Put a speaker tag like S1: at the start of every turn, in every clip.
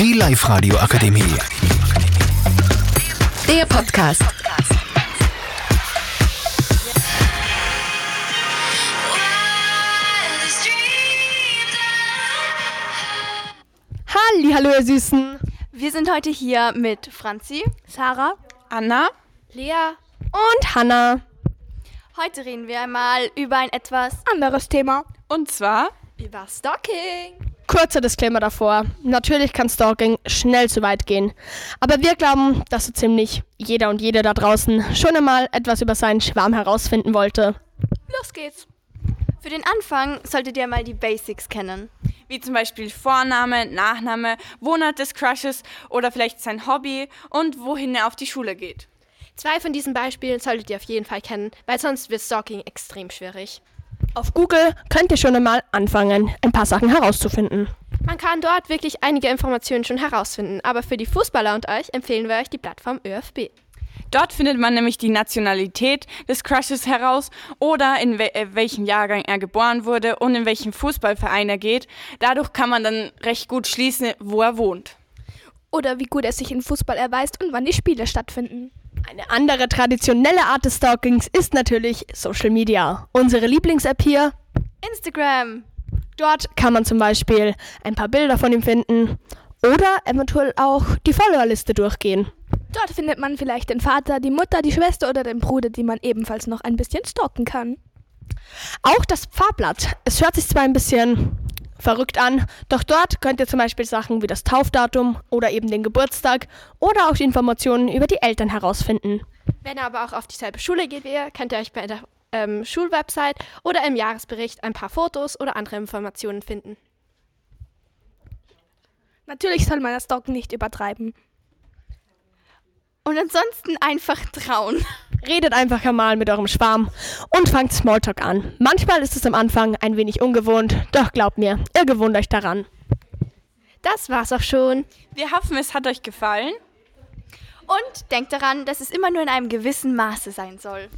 S1: Die Live-Radio Akademie.
S2: Der Podcast.
S3: Halli, hallo ihr Süßen.
S4: Wir sind heute hier mit Franzi.
S5: Sarah,
S6: Anna,
S5: Lea.
S3: Und Hanna.
S4: Heute reden wir einmal über ein etwas
S5: Anderes Thema.
S6: und zwar
S5: Über Stalking.
S3: Kurzer Disclaimer davor. Natürlich kann Stalking schnell zu weit gehen. Aber wir glauben, dass so ziemlich jeder und jede da draußen schon einmal etwas über seinen Schwarm herausfinden wollte.
S5: Los geht's.
S4: für den Anfang solltet ihr mal die Basics kennen.
S6: wie zum Beispiel Vorname, Nachname, Wohnort des Crushes oder vielleicht sein Hobby und wohin er auf die Schule geht.
S5: Zwei von diesen Beispielen solltet ihr auf jeden Fall kennen, weil sonst wird Stalking extrem schwierig.
S3: Auf Google könnt ihr schon einmal anfangen, ein paar Sachen herauszufinden.
S5: Man kann dort wirklich einige Informationen schon herausfinden, aber für die Fußballer und euch empfehlen wir euch die Plattform ÖFB.
S6: Dort findet man nämlich die Nationalität des Crushes heraus oder in wel äh, welchem Jahrgang er geboren wurde und in welchem Fußballverein er geht. Dadurch kann man dann recht gut schließen, wo er wohnt.
S7: oder wie gut er sich in Fußball erweist und wann die Spiele stattfinden.
S3: Eine andere traditionelle Art des Stalkings ist natürlich Social Media. Unsere Lieblings-App hier.
S4: Instagram.
S3: Dort kann man zum Beispiel ein paar Bilder von ihm finden oder eventuell auch die Followerliste durchgehen.
S7: Dort findet man vielleicht den Vater, die Mutter, die Schwester oder den Bruder, die man ebenfalls noch ein bisschen stalken kann.
S3: Auch das Farbblatt. Es hört sich zwar ein bisschen verrückt an, doch dort könnt ihr zum Beispiel Sachen wie das Taufdatum oder eben den Geburtstag oder auch die Informationen über die Eltern herausfinden.
S5: Wenn ihr aber auch auf dieselbe Schule geht wie ihr, könnt ihr euch bei der ähm, Schulwebsite oder im Jahresbericht ein paar Fotos oder andere Informationen finden.
S7: Natürlich soll man das Stalken nicht übertreiben.
S4: Und ansonsten einfach trauen.
S3: Redet einfach einmal mit eurem Schwarm und fangt Smalltalk an. Manchmal ist es am Anfang ein wenig ungewohnt, doch glaubt mir, ihr gewöhnt euch daran.
S5: Das war's auch schon.
S6: Wir hoffen, es hat euch gefallen.
S4: Und denkt daran, dass es immer nur in einem gewissen Maße sein soll.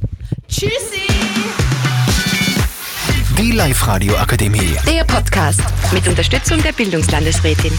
S1: Die Live-Radio Akademie.
S2: Der Podcast mit Unterstützung der Bildungslandesrätin.